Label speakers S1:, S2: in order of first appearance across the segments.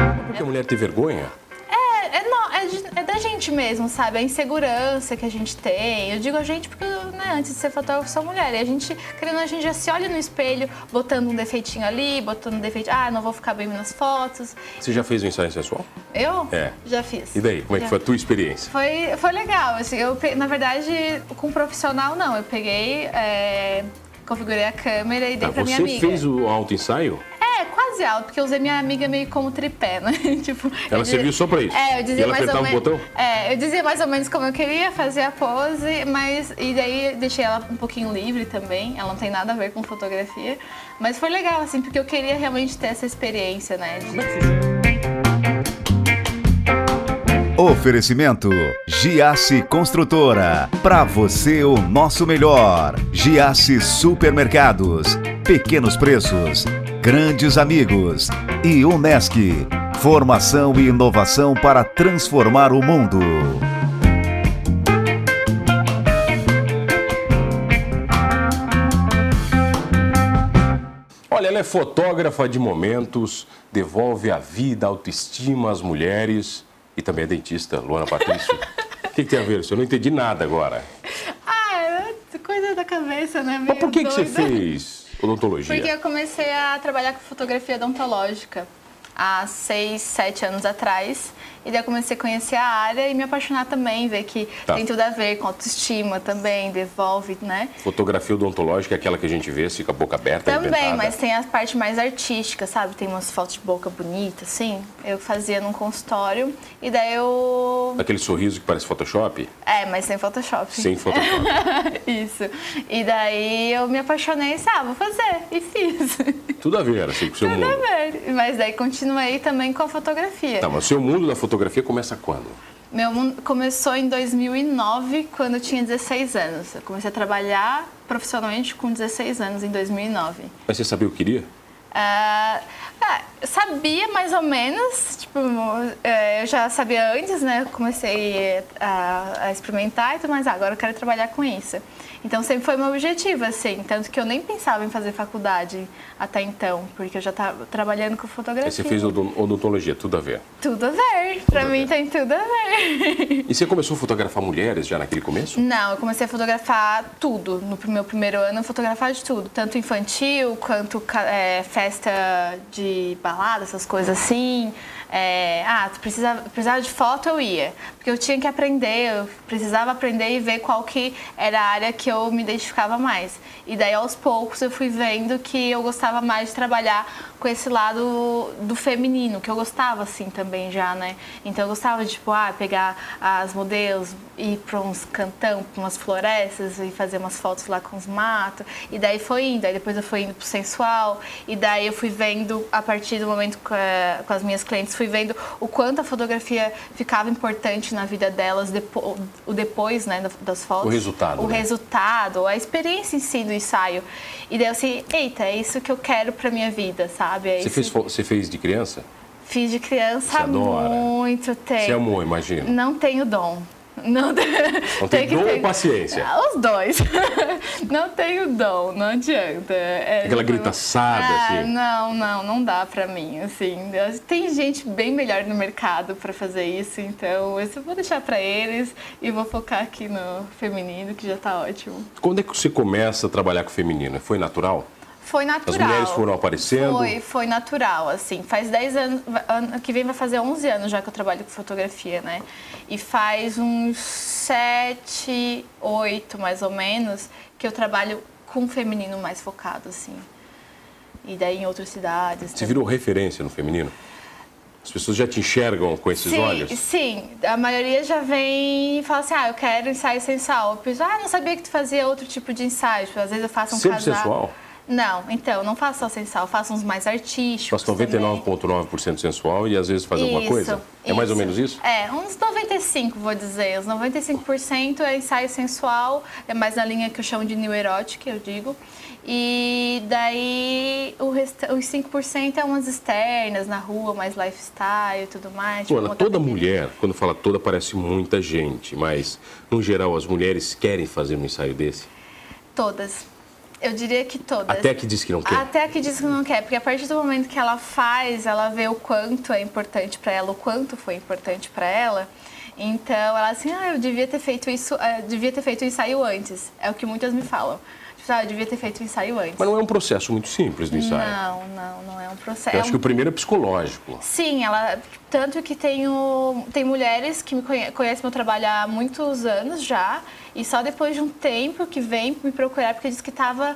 S1: a mulher tem vergonha?
S2: É, é, no- é de- é da gente mesmo, sabe? A insegurança que a gente tem. Eu digo a gente porque, né, antes de ser fotógrafo, eu sou mulher. E a gente, querendo, a gente já se olha no espelho, botando um defeitinho ali, botando um defeitinho. Ah, não vou ficar bem nas fotos.
S1: Você já fez um ensaio sensual?
S2: Eu?
S1: É.
S2: Já fiz.
S1: E daí, como é que
S2: Já.
S1: foi a tua experiência?
S2: Foi, foi legal, assim, eu, pe- na verdade, com um profissional não, eu peguei, é, configurei a câmera e dei
S1: Ah,
S2: pra minha
S1: você
S2: amiga.
S1: fez o auto-ensaio?
S2: É, quase alto, porque eu usei minha amiga meio como tripé, né? tipo,
S1: Ela
S2: eu dizia-
S1: serviu só pra isso?
S2: É, eu
S1: E
S2: dizia
S1: ela
S2: mais ou
S1: apertava
S2: menos.
S1: o botão?
S2: É, eu dizia mais ou menos como eu queria, fazer a pose, mas. E daí deixei ela um pouquinho livre também. Ela não tem nada a ver com fotografia. Mas foi legal, assim, porque eu queria realmente ter essa experiência, né? de-
S3: Oferecimento Giasse Construtora. Para você o nosso melhor. Giasse Supermercados. Pequenos preços, grandes amigos e Unesc. Formação e inovação para transformar o mundo.
S1: Olha, ela é fotógrafa de momentos, devolve a vida, a autoestima às mulheres e também é dentista, Luana Patrício. O que, que tem a ver? Eu não entendi nada agora.
S2: Ah, é coisa da cabeça, né?
S1: Mas por
S2: meio
S1: que, que você
S2: doida.
S1: fez odontologia?
S2: Porque eu comecei a trabalhar com fotografia odontológica há seis, sete anos atrás. E daí eu comecei a conhecer a área e me apaixonar também, ver que
S1: Tá.
S2: tem tudo a ver com autoestima também, devolve, né?
S1: Fotografia odontológica é aquela que a gente vê, fica a boca aberta,
S2: Também,
S1: arrebentada.
S2: mas tem a parte mais artística, sabe? Tem umas fotos de boca bonita, assim. Eu fazia num consultório e daí eu.
S1: Aquele sorriso que parece Photoshop,
S2: É, mas sem Photoshop.
S1: sem Photoshop.
S2: Isso. E daí eu me apaixonei e disse, ah, vou fazer. E fiz.
S1: Tudo a ver, assim, com o seu
S2: Tudo
S1: mundo.
S2: bem. Mas daí continuei também com a fotografia.
S1: Tá, mas o seu mundo da fotografia começa quando?
S2: Meu mundo começou em 2009, quando eu tinha 16 anos. Eu comecei a trabalhar profissionalmente com 16 anos, em 2009.
S1: Mas você sabia o que queria?
S2: Ah, ah, eu sabia mais ou menos, tipo, eh, eu já sabia antes, né? Eu comecei a, a experimentar e tudo mais, ah, agora eu quero trabalhar com isso. Então sempre foi meu objetivo, assim, tanto que eu nem pensava em fazer faculdade até então, porque eu já estava trabalhando com fotografia.
S1: Aí você fez odon- odontologia, tudo a ver.
S2: Tudo a ver, pra
S1: a
S2: mim
S1: ver.
S2: tem tudo a ver.
S1: E você começou a fotografar mulheres já naquele começo?
S2: Não, eu comecei a fotografar tudo. No meu primeiro ano, eu fotografava de tudo. Tanto infantil, quanto ca- é, festa de balada, essas coisas assim. É, ah, tu precisava, precisava de foto, eu ia. Porque eu tinha que aprender, eu precisava aprender e ver qual que era a área que eu me identificava mais. E daí, aos poucos, eu fui vendo que eu gostava mais de trabalhar com esse lado do feminino, que eu gostava, assim, também já, né? Então, eu gostava de, tipo, ah, pegar as modelos, ir pra uns cantão, pra umas florestas e fazer umas fotos lá com os matos. E daí foi indo, aí depois eu fui indo pro sensual. E daí eu fui vendo, a partir do momento com, eh, com as minhas clientes, fui vendo o quanto a fotografia ficava importante na vida delas, depo- o depois, né, da- das fotos.
S1: O resultado,
S2: O
S1: né?
S2: resultado, a experiência em si do ensaio. E daí eu assim, eita, é isso que eu quero pra minha vida, sabe? É
S1: Você
S2: isso-
S1: fez, fo- você fez de criança?
S2: Fiz de
S1: Você
S2: criança há
S1: adora?
S2: muito tempo.
S1: Você é amou, imagino.
S2: Não tenho dom. Não, te-
S1: Não
S2: tem
S1: tem
S2: que
S1: dom
S2: ter-
S1: ou paciência?
S2: Ah, Os dois. não tenho dom, não adianta. É,
S1: Aquela gritaçada,
S2: ah,
S1: assim.
S2: Não, não, não dá pra mim, assim. Eu- Tem gente bem melhor no mercado pra fazer isso, então isso eu vou deixar pra eles e vou focar aqui no feminino, que já tá ótimo.
S1: Quando é que você começa a trabalhar com o feminino? Foi natural?
S2: Foi natural.
S1: mulheres foram aparecendo?
S2: Foi, foi natural, assim. Faz 10 anos, va- ano que vem vai fazer 11 anos já que eu trabalho com fotografia, né? E faz uns 7, 8 mais ou menos que eu trabalho com o feminino mais focado, assim. E daí em outras cidades.
S1: Você
S2: também.
S1: virou referência no feminino? As pessoas já te enxergam com esses
S2: sim,
S1: olhos?
S2: Sim, a maioria já vem e fala assim, ah, eu quero ensaio sensual. Eu penso, ah, não sabia que tu fazia outro tipo de ensaio. Tipo, às vezes eu faço um
S1: Sempre
S2: casal.
S1: sensual?
S2: Não, então, não faço só sensual, faço uns mais artísticos
S1: Faz 99,9% sensual e às vezes faz alguma coisa? É mais ou menos isso?
S2: É, uns 95, vou dizer. Os 95% é ensaio sensual, é mais na linha que eu chamo de new erotic, eu digo. E daí o resta- os 5% é umas externas, na rua, mais lifestyle e tudo mais. tipo,
S1: Luana,
S2: uma
S1: toda
S2: cafeteria.
S1: mulher, quando fala toda, parece muita gente, mas no geral as mulheres querem fazer um ensaio desse?
S2: Todas. Eu diria que todas.
S1: Até que diz que não quer.
S2: Até que diz que não quer, porque a partir do momento que ela faz, ela vê o quanto é importante para ela, o quanto foi importante para ela. Então, ela assim, ah, eu devia ter feito isso, eh, devia ter feito o ensaio antes. É o que muitas me falam. Tipo, ah, eu devia ter feito o ensaio antes.
S1: Mas não é um processo muito simples do ensaio.
S2: Não, não, não é um processo.
S1: Eu acho que o primeiro é psicológico.
S2: Sim, ela tanto que tenho tem mulheres que me conhe- conhecem meu trabalho há muitos anos já e só depois de um tempo que vem me procurar porque diz que estava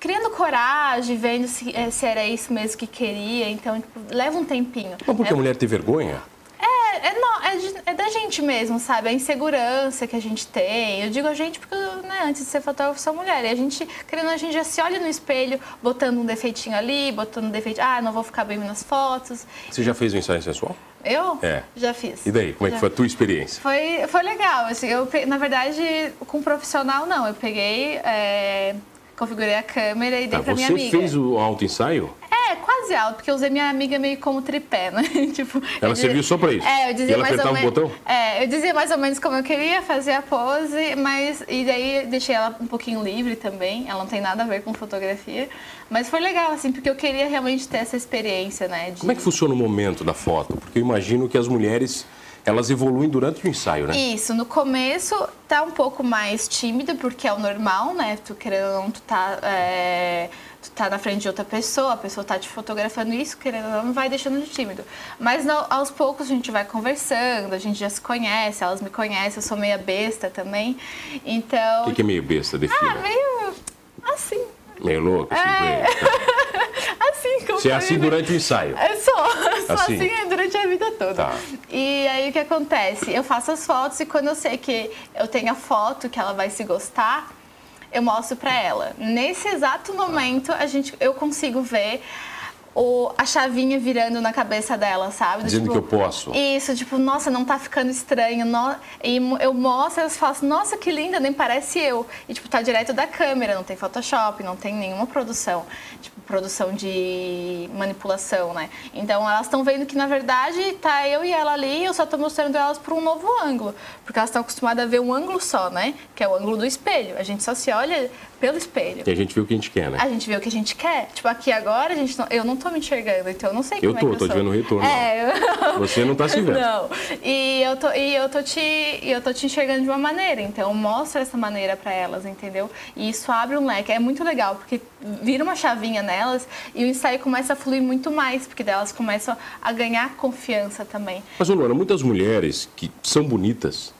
S2: criando coragem, vendo se, eh, se era isso mesmo que queria, então tipo, leva um tempinho.
S1: Mas porque a mulher tem vergonha?
S2: É, é, no- é de- é da gente mesmo, sabe? A insegurança que a gente tem. Eu digo a gente porque, né, antes de ser fotógrafo, sou mulher. E a gente, querendo, a gente já se olha no espelho, botando um defeitinho ali, botando um defeitinho. Ah, não vou ficar bem nas fotos.
S1: Você já fez um ensaio sensual?
S2: Eu?
S1: É.
S2: Já fiz.
S1: E daí, como é que
S2: Já.
S1: foi a tua experiência?
S2: Foi, foi legal, assim, eu, pe- na verdade, com um profissional não, eu peguei, é, configurei a câmera e dei
S1: Tá,
S2: pra minha
S1: você
S2: amiga.
S1: fez o auto-ensaio?
S2: É, quase alto, porque eu usei minha amiga meio como tripé, né? tipo, eu
S1: Ela
S2: dizia-
S1: serviu só pra isso?
S2: É, eu
S1: E
S2: dizia
S1: ela
S2: mais ou
S1: apertava
S2: menos.
S1: o botão?
S2: É, eu dizia mais ou menos como eu queria, fazia a pose, mas. E daí deixei ela um pouquinho livre também, ela não tem nada a ver com fotografia. Mas foi legal, assim, porque eu queria realmente ter essa experiência, né? de-
S1: Como é que funciona o momento da foto? Porque eu imagino que as mulheres, elas evoluem durante o ensaio, né?
S2: Isso, no começo tá um pouco mais tímido, porque é o normal, né? Tu querendo ou não, tu tá, é, tu tá na frente de outra pessoa, a pessoa tá te fotografando isso, querendo ou não, vai deixando de tímido. Mas no- aos poucos a gente vai conversando, a gente já se conhece, elas me conhecem, eu sou meia besta também. Então.
S1: O que, que é meio besta,
S2: Ah,
S1: defina?
S2: meio. assim.
S1: Meio louco, assim.
S2: É.
S1: meio-
S2: Assim, como
S1: Você é
S2: eu
S1: assim
S2: me-
S1: durante o ensaio.
S2: Eu sou, sou
S1: Assim?
S2: É assim, durante a vida toda.
S1: Tá.
S2: E aí o que acontece? Eu faço as fotos e quando eu sei que eu tenho a foto que ela vai se gostar, eu mostro pra ela. Nesse
S1: Tá.
S2: exato momento, a gente, eu consigo ver o, a chavinha virando na cabeça dela, sabe? Do tipo,
S1: Dizendo que eu posso.
S2: Isso, tipo, nossa, não tá ficando estranho. no- E mo- eu mostro, elas falam assim, nossa, que linda, nem parece eu. E, tipo, tá direto da câmera, não tem Photoshop, não tem nenhuma produção. Tipo, produção de manipulação, né? Então, elas estão vendo que, na verdade, tá eu e ela ali, e eu só tô mostrando elas por um novo ângulo. Porque elas estão acostumadas a ver um ângulo só, né? Que é o ângulo do espelho. A gente só se olha pelo espelho.
S1: E a gente vê o que a gente quer, né?
S2: A gente vê o que a gente quer. Tipo, aqui agora, a gente não- eu não tô me enxergando, então eu não sei
S1: Eu
S2: como
S1: tô,
S2: é que eu
S1: tô te
S2: sou.
S1: vendo o retorno,
S2: É, eu...
S1: Você não tá se vendo.
S2: Não. E eu tô, e eu tô, te, e eu tô te enxergando de uma maneira, então mostra essa maneira pra elas, entendeu? E isso abre um leque. É muito legal, porque vira uma chavinha nelas e o ensaio começa a fluir muito mais, porque daí elas começam a ganhar confiança também.
S1: Mas, ô, Luana, muitas mulheres que são bonitas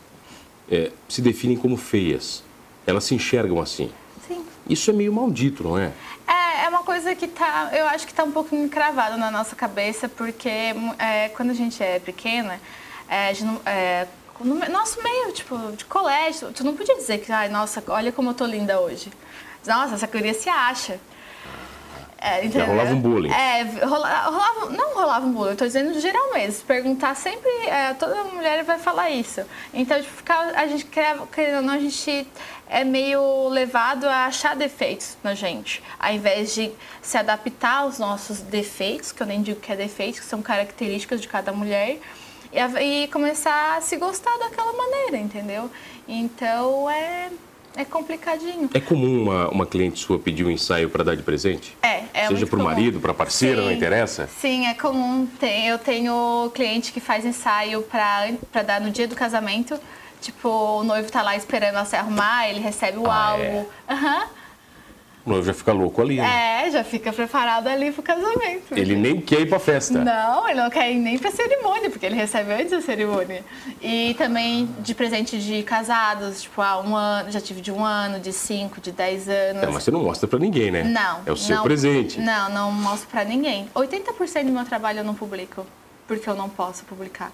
S1: é, se definem como feias. Elas se enxergam assim.
S2: Sim.
S1: Isso é meio maldito, não é?
S2: É, é uma coisa que tá, eu acho que tá um pouco encravada na nossa cabeça, porque mu- é, quando a gente é pequena, é, a gente não- é, no me- nosso meio, tipo, de colégio, tu não podia dizer que, ai, nossa, olha como eu tô linda hoje. Nossa, essa guria se acha. É, entendeu?
S1: rolava um bullying.
S2: É, rola- rolava, não rolava um bullying, eu tô dizendo geral mesmo. Se perguntar sempre, é, toda mulher vai falar isso. Então, tipo, ficar, a gente, quer- querendo ou não, a gente é meio levado a achar defeitos na gente, ao invés de se adaptar aos nossos defeitos, que eu nem digo que é defeito, que são características de cada mulher, e, a- e começar a se gostar daquela maneira, entendeu? Então, é, é complicadinho.
S1: É comum uma, uma cliente sua pedir um ensaio para dar de presente?
S2: É, é
S1: Seja
S2: muito
S1: para o
S2: comum.
S1: marido, para parceira, não
S2: Sim.
S1: interessa?
S2: Sim, é comum. Tem, eu tenho cliente que faz ensaio pra pra dar no dia do casamento. Tipo, o noivo tá lá esperando ela se arrumar, ele recebe o
S1: Ah,
S2: álbum. Aham.
S1: O noivo já fica louco ali, né?
S2: É, já fica preparado ali pro casamento.
S1: Ele nem quer ir para festa.
S2: É. Não, ele não quer ir nem pra cerimônia, porque ele recebe antes da cerimônia. E também de presente de casados, tipo, ah, um ano, já tive de um ano, de cinco, de dez anos.
S1: É, mas você não mostra para ninguém, né?
S2: Não.
S1: É o seu
S2: não,
S1: presente.
S2: Não, não mostro pra ninguém. 80% do meu trabalho eu não publico, porque eu não posso publicar.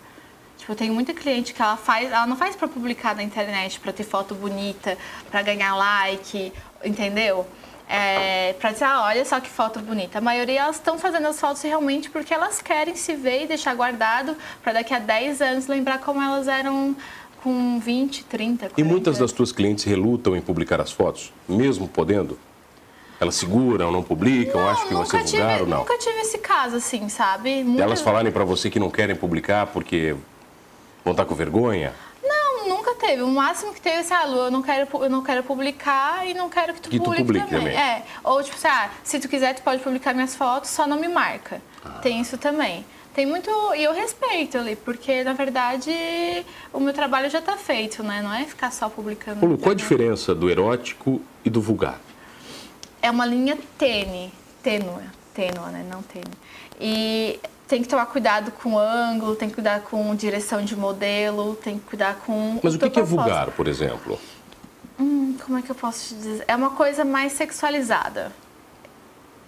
S2: Tipo, eu tenho muita cliente que ela faz, ela não faz pra publicar na internet, pra ter foto bonita, pra ganhar like, entendeu? É, pra dizer, ah, olha só que foto bonita. A maioria elas estão fazendo as fotos realmente porque elas querem se ver e deixar guardado pra daqui a 10 anos lembrar como elas eram com 20, 30, 40
S1: E muitas das
S2: anos.
S1: tuas clientes relutam em publicar as fotos, mesmo podendo? Elas seguram, não publicam, acham que
S2: nunca
S1: você é vulgar
S2: tive,
S1: ou não?
S2: Nunca tive esse caso, assim, sabe?
S1: Elas
S2: Muitas-
S1: falarem para você que não querem publicar porque vão estar com tá vergonha?
S2: Não, nunca teve. O máximo que teve, assim, ah, Lu, eu não quero, pu- eu não quero publicar e não quero que tu
S1: Que tu
S2: publique
S1: publique
S2: também.
S1: também.
S2: É. Ou tipo, assim, ah, se tu quiser, tu pode publicar minhas fotos, só não me marca.
S1: Ah.
S2: Tem isso também. Tem muito. E eu respeito ali, porque na verdade o meu trabalho já tá feito, né? Não é ficar só publicando.
S1: Ô, Lu, qual a
S2: Né?
S1: diferença do erótico e do vulgar?
S2: é uma linha tênue, tênua, tênua, né? Não tênue. E tem que tomar cuidado com o ângulo, tem que cuidar com direção de modelo, tem que cuidar com.
S1: Mas o
S2: teu
S1: que, que é
S2: propósito.
S1: vulgar, por exemplo?
S2: Hum, como é que eu posso te dizer? É uma coisa mais sexualizada.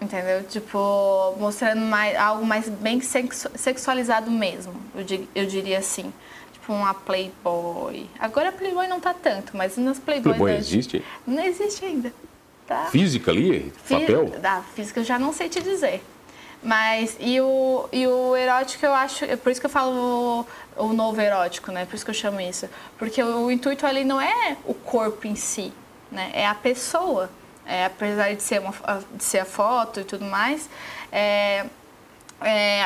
S2: Entendeu? Tipo, mostrando mais, algo mais bem sexu- sexualizado mesmo, eu, di- eu diria assim. Tipo, uma Playboy. Agora a Playboy não tá tanto, mas nas Playboys.
S1: Playboy
S2: da-
S1: existe?
S2: Não existe ainda. Tá?
S1: Física ali?
S2: Fí-
S1: Papel?
S2: Da física eu já não sei te dizer. Mas, e o, e o erótico eu acho, é por isso que eu falo o, o novo erótico, né? Por isso que eu chamo isso. Porque o, intuito ali não é o corpo em si, né? É a pessoa. É, apesar de ser, uma, fo- de ser a foto e tudo mais, é, é,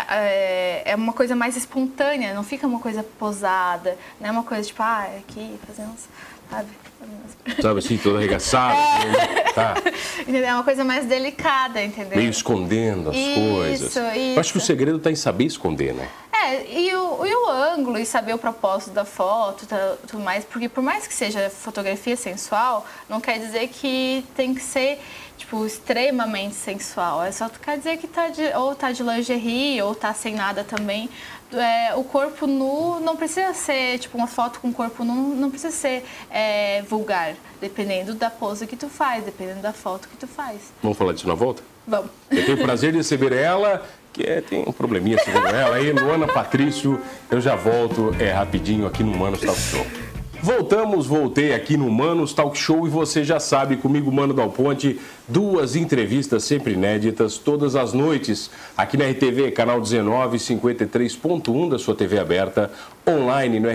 S2: é, é uma coisa mais espontânea, não fica uma coisa posada, não é uma coisa tipo, ah, aqui, fazendo, uns- sabe? Fazendo uns-
S1: Sabe assim, toda arregaçada? assim, tá.
S2: Entendeu? É uma coisa mais delicada, entendeu?
S1: Meio escondendo as
S2: Isso,
S1: coisas. Eu acho que o
S2: isso.
S1: segredo está em saber esconder, né?
S2: É, e o, e o ângulo, e saber o propósito da foto tá- tudo mais, porque por mais que seja fotografia sensual, não quer dizer que tem que ser, tipo, extremamente sensual. É só quer dizer que tá de, ou tá de lingerie, ou tá sem nada também. É, o corpo nu não precisa ser, tipo, uma foto com corpo nu não precisa ser é, vulgar, dependendo da pose que tu faz, dependendo da foto que tu faz.
S1: Vamos falar disso na volta?
S2: Vamos.
S1: Eu tenho o prazer de receber ela, que é- tem um probleminha segundo ela aí, Luana Patrício. Eu já volto é rapidinho aqui no Manos Talk Show. Voltamos, voltei aqui no Manos Talk Show e você já sabe, comigo, Mano Dal Ponte, duas entrevistas sempre inéditas, todas as noites, aqui na RTV, canal 19, 53.1 da sua TV aberta, online no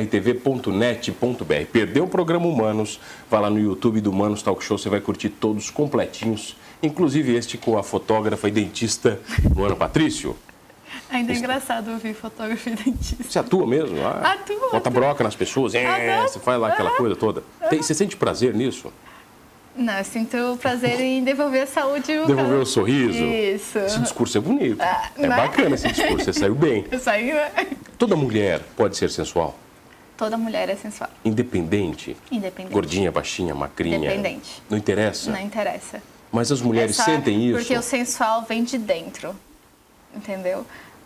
S1: rtv.net.br. Perdeu o programa Humanos? Vai lá no YouTube do Humanos Talk Show, você vai curtir todos completinhos, inclusive este com a fotógrafa e dentista Luana Patrício.
S2: Ainda é engraçado ouvir fotografia e dentista.
S1: Você atua mesmo? Ah,
S2: Atuo,
S1: Bota
S2: atuo.
S1: broca nas pessoas, é,
S2: Aham,
S1: você faz lá aquela coisa toda. Tem- você sente prazer nisso?
S2: Não, eu sinto então, prazer em devolver a saúde. ao
S1: Devolver
S2: cara.
S1: o sorriso?
S2: Isso.
S1: Esse discurso é bonito.
S2: Ah,
S1: é
S2: né?
S1: bacana esse discurso, você saiu bem.
S2: Isso aí, né?
S1: Toda mulher pode ser sensual,
S2: Toda mulher é sensual.
S1: independente.
S2: Independente.
S1: Gordinha, baixinha, magrinha.
S2: Independente.
S1: Não interessa.
S2: Não interessa.
S1: Mas as mulheres
S2: É só
S1: sentem isso.
S2: Porque o sensual vem de dentro. Entendeu?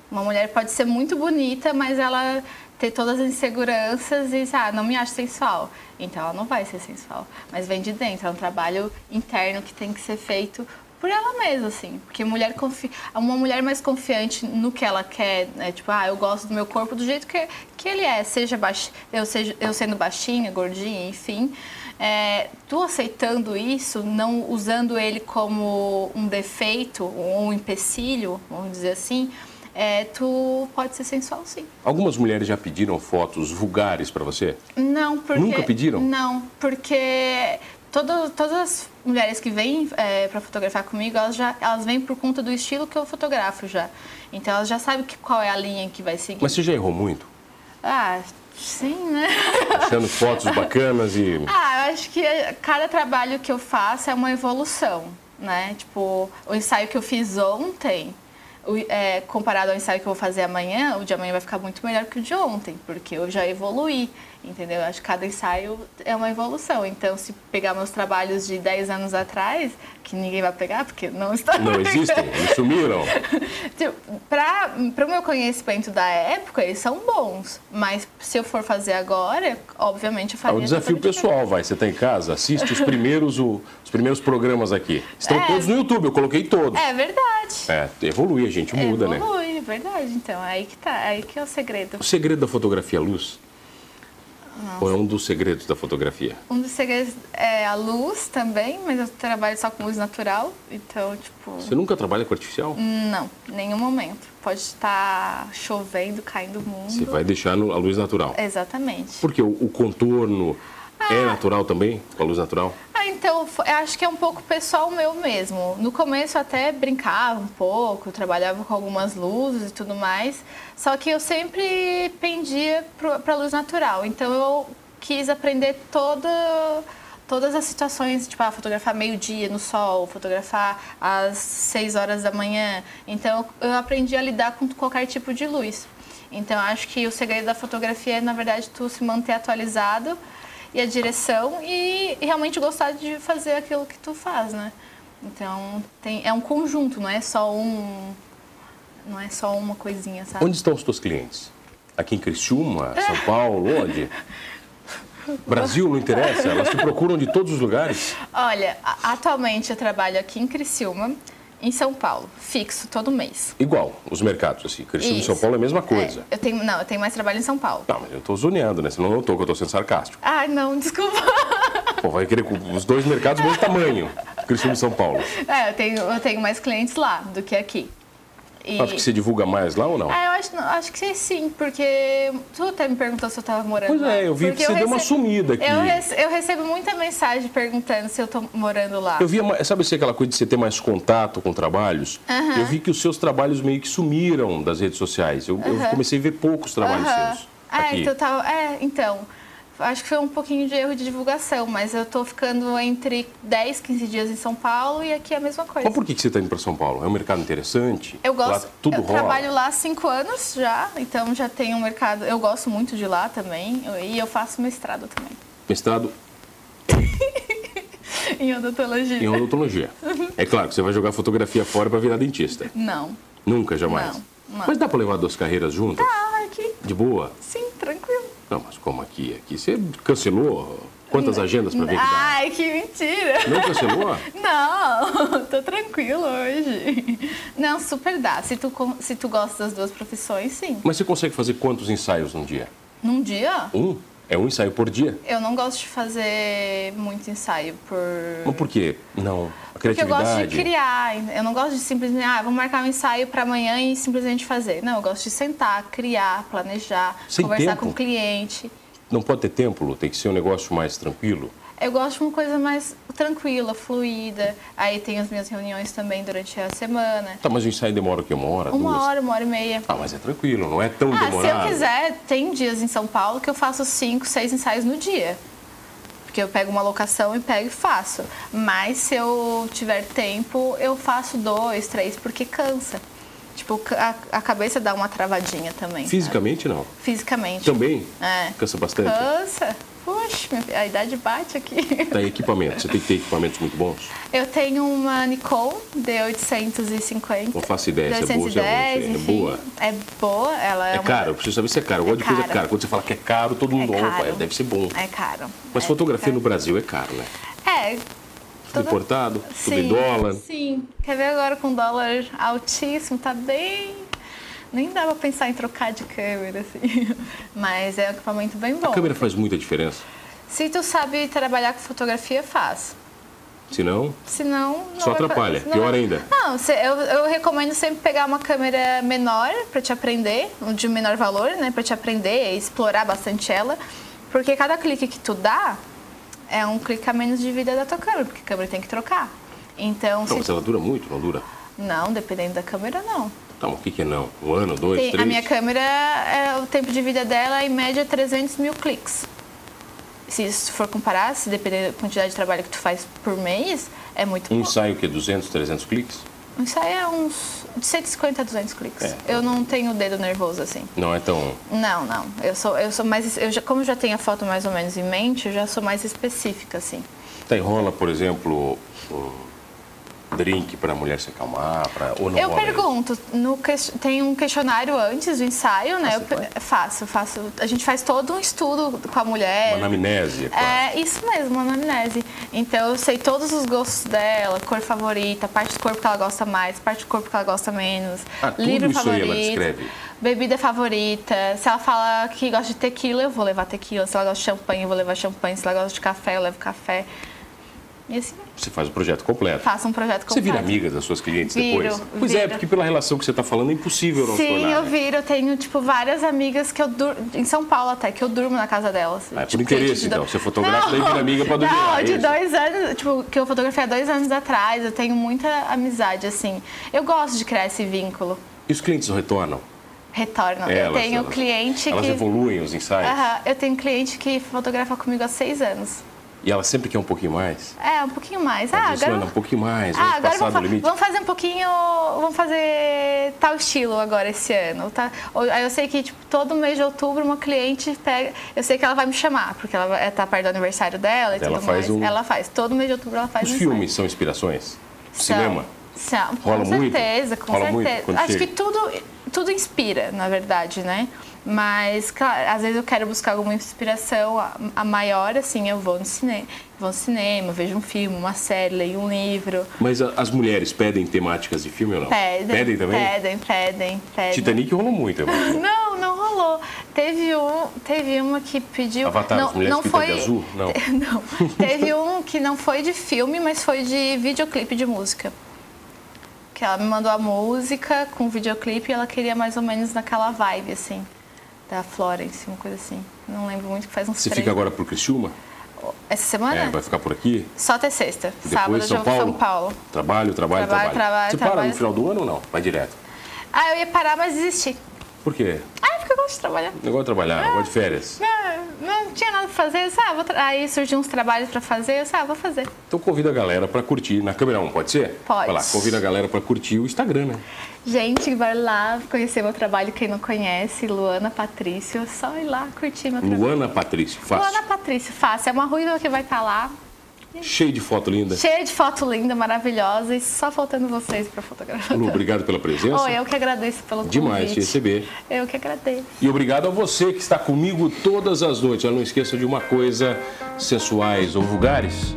S2: Uma mulher pode ser muito bonita, mas ela ter todas as inseguranças e diz, ah, não me acho sensual. Então ela não vai ser sensual. Mas vem de dentro. É um trabalho interno que tem que ser feito por ela mesma, assim. Porque mulher confi... uma mulher mais confiante no que ela quer, né? tipo, ah, eu gosto do meu corpo do jeito que, que ele é, seja baixi... eu, seja eu sendo baixinha, gordinha, enfim. É, tu aceitando isso, não usando ele como um defeito, ou um empecilho, vamos dizer assim, é, tu pode ser sensual sim.
S1: Algumas mulheres já pediram fotos vulgares pra você?
S2: Não, porque...
S1: Nunca pediram?
S2: Não, porque todo, todas as mulheres que vêm é, para fotografar comigo, elas, já, elas vêm por conta do estilo que eu fotografo já. Então elas já sabem que, qual é a linha que vai seguir.
S1: Mas você já errou muito?
S2: Ah, sim, né?
S1: Achando fotos bacanas e.
S2: Ah, eu acho que cada trabalho que eu faço é uma evolução, né? Tipo, o ensaio que eu fiz ontem, o- é, comparado ao ensaio que eu vou fazer amanhã, o de amanhã vai ficar muito melhor que o de ontem, porque eu já evoluí, entendeu? Eu acho que cada ensaio é uma evolução. Então, se pegar meus trabalhos de 10 anos atrás, que ninguém vai pegar, porque não está
S1: Não existem? Eles sumiram?
S2: para o meu conhecimento da época, eles são bons, mas se eu for fazer agora, obviamente eu
S1: É
S2: faria.
S1: um desafio
S2: totalmente
S1: pessoal, vai. Você tá em casa, assiste os primeiros, o- os primeiros programas aqui. Estão
S2: É.
S1: todos no YouTube, eu coloquei todos.
S2: É verdade.
S1: É, evolui, a gente muda, né?
S2: Evolui, é verdade. Então, aí que tá, aí que é o segredo.
S1: O segredo da fotografia é a luz? Ou é um dos segredos da fotografia?
S2: Um dos segredos é a luz também, mas eu trabalho só com luz natural, então, tipo,
S1: Você nunca trabalha com artificial?
S2: não, nenhum momento. Pode estar chovendo, caindo o mundo.
S1: Você vai deixar no- a luz natural.
S2: Exatamente.
S1: Porque o, o contorno é natural também, com a luz natural?
S2: Ah, então, fo- eu acho que é um pouco pessoal meu mesmo. No começo eu até brincava um pouco, trabalhava com algumas luzes e tudo mais, só que eu sempre pendia para luz natural. Então eu quis aprender toda todas as situações, tipo, ah, fotografar meio-dia no sol, fotografar às 6 horas da manhã. Então, eu aprendi a lidar com qualquer tipo de luz. Então, acho que o segredo da fotografia é, na verdade, tu se manter atualizado e a direção e, e realmente gostar de fazer aquilo que tu faz, né? Então, tem, é um conjunto, não é só um não é só uma coisinha, sabe?
S1: Onde estão os teus clientes? Aqui em Criciúma, São Paulo, onde? Brasil não interessa, elas te procuram de todos os lugares.
S2: Olha, a- atualmente eu trabalho aqui em Criciúma, em São Paulo, fixo todo mês.
S1: Igual, os mercados, assim. Criciúma e São
S2: Isso.
S1: Paulo é a mesma coisa.
S2: É, eu tenho, não, eu tenho mais trabalho em São Paulo.
S1: Não, mas eu tô zoneando, né? Você não notou que eu tô sendo sarcástico.
S2: Ai, não, desculpa.
S1: Pô, vai querer com os dois mercados do mesmo tamanho. Criciúma e São Paulo.
S2: É, eu tenho, eu tenho mais clientes lá do que aqui. E-
S1: Acho que você divulga mais lá ou não?
S2: Ah, eu acho, acho que sim, porque tu até me perguntou se eu tava morando
S1: Pois
S2: lá.
S1: é, eu vi
S2: Porque
S1: que você deu uma sumida aqui.
S2: Eu, rece- eu recebo muita mensagem perguntando se eu tô morando lá.
S1: Eu vi, a- sabe assim, aquela coisa de você ter mais contato com trabalhos? Eu vi que os seus trabalhos meio que sumiram das redes sociais. Eu, eu comecei a ver poucos trabalhos
S2: Aham.
S1: seus.
S2: É,
S1: Aqui.
S2: então, tá- é, então, acho que foi um pouquinho de erro de divulgação, mas eu tô ficando entre 10, 15 dias em São Paulo e aqui é a mesma coisa.
S1: Mas por que que você está indo para São Paulo? É um mercado interessante?
S2: Eu gosto,
S1: Lá tudo
S2: eu
S1: rola.
S2: trabalho lá há cinco anos já, então já tenho um mercado. Eu gosto muito de lá também e eu faço mestrado também
S1: Mestrado
S2: em odontologia.
S1: em odontologia.
S2: Uhum.
S1: é claro que você vai jogar fotografia fora para virar dentista.
S2: Não.
S1: Nunca, jamais.
S2: Não, não.
S1: Mas dá para levar duas carreiras juntas?
S2: Ah, aqui,
S1: De boa?
S2: sim, tranquilo.
S1: Não, mas como aqui? Aqui você cancelou quantas agendas para ver que dá?
S2: Ai, que mentira.
S1: Não cancelou?
S2: Não, tô tranquilo hoje. Não, super dá. Se tu, con- se tu gosta das duas profissões, sim.
S1: Mas você consegue fazer quantos ensaios num dia?
S2: Num dia,
S1: Um? É um ensaio por dia?
S2: eu não gosto de fazer muito ensaio por.
S1: Mas por quê? Não. A
S2: Porque eu
S1: criatividade.
S2: gosto de criar. Eu não gosto de simplesmente, ah, vou marcar um ensaio para amanhã e simplesmente fazer. Não, eu gosto de sentar, criar, planejar,
S1: Sem
S2: conversar
S1: tempo?
S2: com o cliente.
S1: Não pode ter tempo, Lu, tem que ser um negócio mais tranquilo.
S2: Eu gosto de uma coisa mais tranquila, fluida. Aí tem as minhas reuniões também durante a semana.
S1: Tá, mas o ensaio demora o quê? Uma hora? duas?
S2: Uma hora, uma hora e meia.
S1: Ah, mas é tranquilo, não é tão
S2: Ah, se
S1: demorado.
S2: eu quiser, tem dias em São Paulo que eu faço cinco, seis ensaios no dia. Porque eu pego uma locação e pego e faço. Mas se eu tiver tempo, eu faço dois, três, porque cansa. Tipo, ca- a, a cabeça dá uma travadinha também. sabe?
S1: Fisicamente, não.
S2: Fisicamente.
S1: Também?
S2: É.
S1: Cansa bastante?
S2: Cansa. Puxa, minha fi- a idade bate aqui.
S1: Tá, e equipamento? Você tem que ter equipamentos muito bons?
S2: Eu tenho uma Nikon D850.
S1: Não faço ideia se é boa ou se é ruim, se é
S2: enfim.
S1: boa.
S2: É boa, ela é,
S1: É
S2: uma-
S1: caro, eu preciso saber se é caro. Eu gosto de coisa
S2: caro.
S1: cara. Quando você fala que é caro, todo mundo,
S2: É
S1: opa,
S2: caro.
S1: deve ser bom.
S2: É caro.
S1: Mas
S2: É
S1: fotografia
S2: caro.
S1: no Brasil é caro, né?
S2: É.
S1: Tudo
S2: Toda-
S1: importado, tudo em dólar.
S2: Sim. Quer ver agora com dólar altíssimo, tá bem. Nem dá pra pensar em trocar de câmera, assim. Mas é um equipamento bem bom.
S1: A câmera faz muita diferença.
S2: Se tu sabe trabalhar com fotografia, faz.
S1: Se não,
S2: Senão, não
S1: Só
S2: vai fa-
S1: atrapalha,
S2: senão
S1: pior
S2: vai-
S1: ainda.
S2: Não, cê- eu, eu recomendo sempre pegar uma câmera menor pra te aprender, de menor valor, né, Pra te aprender e explorar bastante ela, porque cada clique que tu dá é um clique a menos de vida da tua câmera, porque a câmera tem que trocar. Então,
S1: não,
S2: se...
S1: mas ela dura muito, não dura?
S2: não, dependendo da câmera, não.
S1: Tá, mas o que, que é não? Um ano, dois,
S2: Tem-
S1: três?
S2: a minha câmera, é, o tempo de vida dela é em média 300 mil cliques. Se isso for comparar, se depender da quantidade de trabalho que tu faz por mês, é muito
S1: Um
S2: pouco.
S1: ensaio que é 200, 300 cliques?
S2: Isso aí é uns de 150 a 200 cliques.
S1: É.
S2: Eu não tenho o dedo nervoso assim.
S1: Não é tão...
S2: Não, não. Eu sou, eu sou mais, eu já, como eu já tenho a foto mais ou menos em mente, eu já sou mais específica assim.
S1: Tá, enrola, por exemplo, um drink pra mulher se acalmar, pra... ou não
S2: eu
S1: rola isso?
S2: pergunto, no ques- tem um questionário antes do ensaio, né?
S1: Ah,
S2: Eu
S1: você
S2: pe- faço, faço. A gente faz todo um estudo com a
S1: Uma
S2: mulher.
S1: anamnese, é claro.
S2: É isso mesmo, uma anamnese. Então eu sei todos os gostos dela, cor favorita, parte do corpo que ela gosta mais, parte do corpo que ela gosta menos,
S1: Ah, tudo
S2: livro
S1: isso aí
S2: favorito,
S1: ela descreve?
S2: bebida favorita. Se ela fala que gosta de tequila, eu vou levar tequila. Se ela gosta de champanhe, eu vou levar champanhe. Se ela gosta de café, eu levo café. E assim,
S1: Você faz o projeto completo.
S2: faço um projeto completo.
S1: Você vira amiga das suas clientes
S2: Viro,
S1: depois? Pois é,
S2: viro.
S1: porque pela relação que você está falando é impossível não se
S2: Sim,
S1: tornar.
S2: eu
S1: né?
S2: viro. Eu tenho, tipo, várias amigas que eu durmo... Em São Paulo até, que eu durmo na casa delas.
S1: Ah, é por
S2: Tipo,
S1: interesse,
S2: cliente de
S1: então. Você fotografa, daí vira amiga pra dormir lá,
S2: Não,
S1: é
S2: de
S1: isso?
S2: dois anos... Tipo, que eu fotografei há dois anos atrás. Eu tenho muita amizade, assim. Eu gosto de criar esse vínculo.
S1: E os clientes retornam?
S2: retornam.
S1: É,
S2: eu
S1: elas-
S2: tenho
S1: elas-
S2: cliente
S1: Elas
S2: que.
S1: evoluem os ensaios.
S2: Aham, eu tenho cliente que fotografa comigo há seis anos.
S1: E ela sempre quer um pouquinho mais.
S2: É, um pouquinho mais.
S1: Ela
S2: Ah,
S1: diz,
S2: agora.
S1: Luana, um pouquinho mais,
S2: Ah,
S1: vamos
S2: agora
S1: passar
S2: vamos,
S1: do
S2: fa-
S1: limite.
S2: vamos fazer um pouquinho. Vamos fazer tal estilo agora esse ano. Tá? Ou- Aí eu sei que tipo, todo mês de outubro uma cliente pega. Eu sei que ela vai me chamar, porque ela vai- tá perto do aniversário dela e
S1: Ela
S2: tudo
S1: faz
S2: mais.
S1: um-
S2: Ela faz. Todo mês de outubro ela faz
S1: Os
S2: um
S1: filmes são inspirações?
S2: são-
S1: Cinema?
S2: são-
S1: Rola
S2: com
S1: muito?
S2: certeza, com
S1: Rola muito
S2: certeza.
S1: quando
S2: Acho
S1: chega?
S2: que tudo, tudo inspira, na verdade, né? Mas, claro, às vezes eu quero buscar alguma inspiração a, a maior, assim, eu vou no cinema, vou no cinema, vejo um filme, uma série, leio um livro.
S1: Mas a- as mulheres pedem temáticas de filme ou não?
S2: Pedem,
S1: também?
S2: Pedem, pedem, pedem.
S1: Titanic rolou muito. eu acho.
S2: Não, não rolou. Teve um, teve uma que pediu.
S1: Avatar,
S2: não,
S1: as mulheres
S2: não
S1: pintam
S2: foi
S1: de azul? Não.
S2: não. Teve um que não foi de filme, mas foi de videoclipe de música. Que ela me mandou a música com videoclipe e ela queria mais ou menos naquela vibe assim da Florence, uma coisa assim. Não lembro muito que faz uns
S1: Você
S2: três.
S1: fica agora pro Criciúma?
S2: Essa semana?
S1: É, vai ficar por aqui?
S2: Só até sexta. sábado
S1: Depois
S2: eu
S1: São
S2: já vou pra
S1: Paulo?
S2: São Paulo.
S1: Trabalho, trabalho,
S2: Trabalho,
S1: trabalho.
S2: trabalho,
S1: Você para
S2: trabalho.
S1: no final do ano ou não? Vai direto.
S2: Ah, eu ia parar, mas desisti.
S1: Por quê?
S2: Ah, porque eu gosto de trabalhar.
S1: Não gosto de trabalhar, não gosto de férias.
S2: Não, não tinha nada pra fazer, sabe? Vou tra- Aí surgiu uns trabalhos pra fazer, eu sabe, vou fazer.
S1: Então convida a galera pra curtir na câmera 1, pode ser?
S2: Pode.
S1: Vai lá, convida a galera pra curtir o Instagram, né?
S2: Gente, vai lá conhecer meu trabalho, quem não conhece, Luana Patrício, é só ir lá curtir meu trabalho.
S1: Luana Patrício, fácil.
S2: Luana Patrício, fácil, é uma ruiva que vai estar lá,
S1: Cheio de foto linda.
S2: cheia de foto linda, maravilhosa, e só faltando vocês pra fotografar.
S1: Lu, obrigado pela presença.
S2: Oh, eu que agradeço pelo convite.
S1: Demais te receber.
S2: Eu que agradeço.
S1: E obrigado a você que está comigo todas as noites. Olha, Não esqueça de uma coisa: sensuais ou vulgares,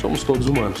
S1: somos todos humanos.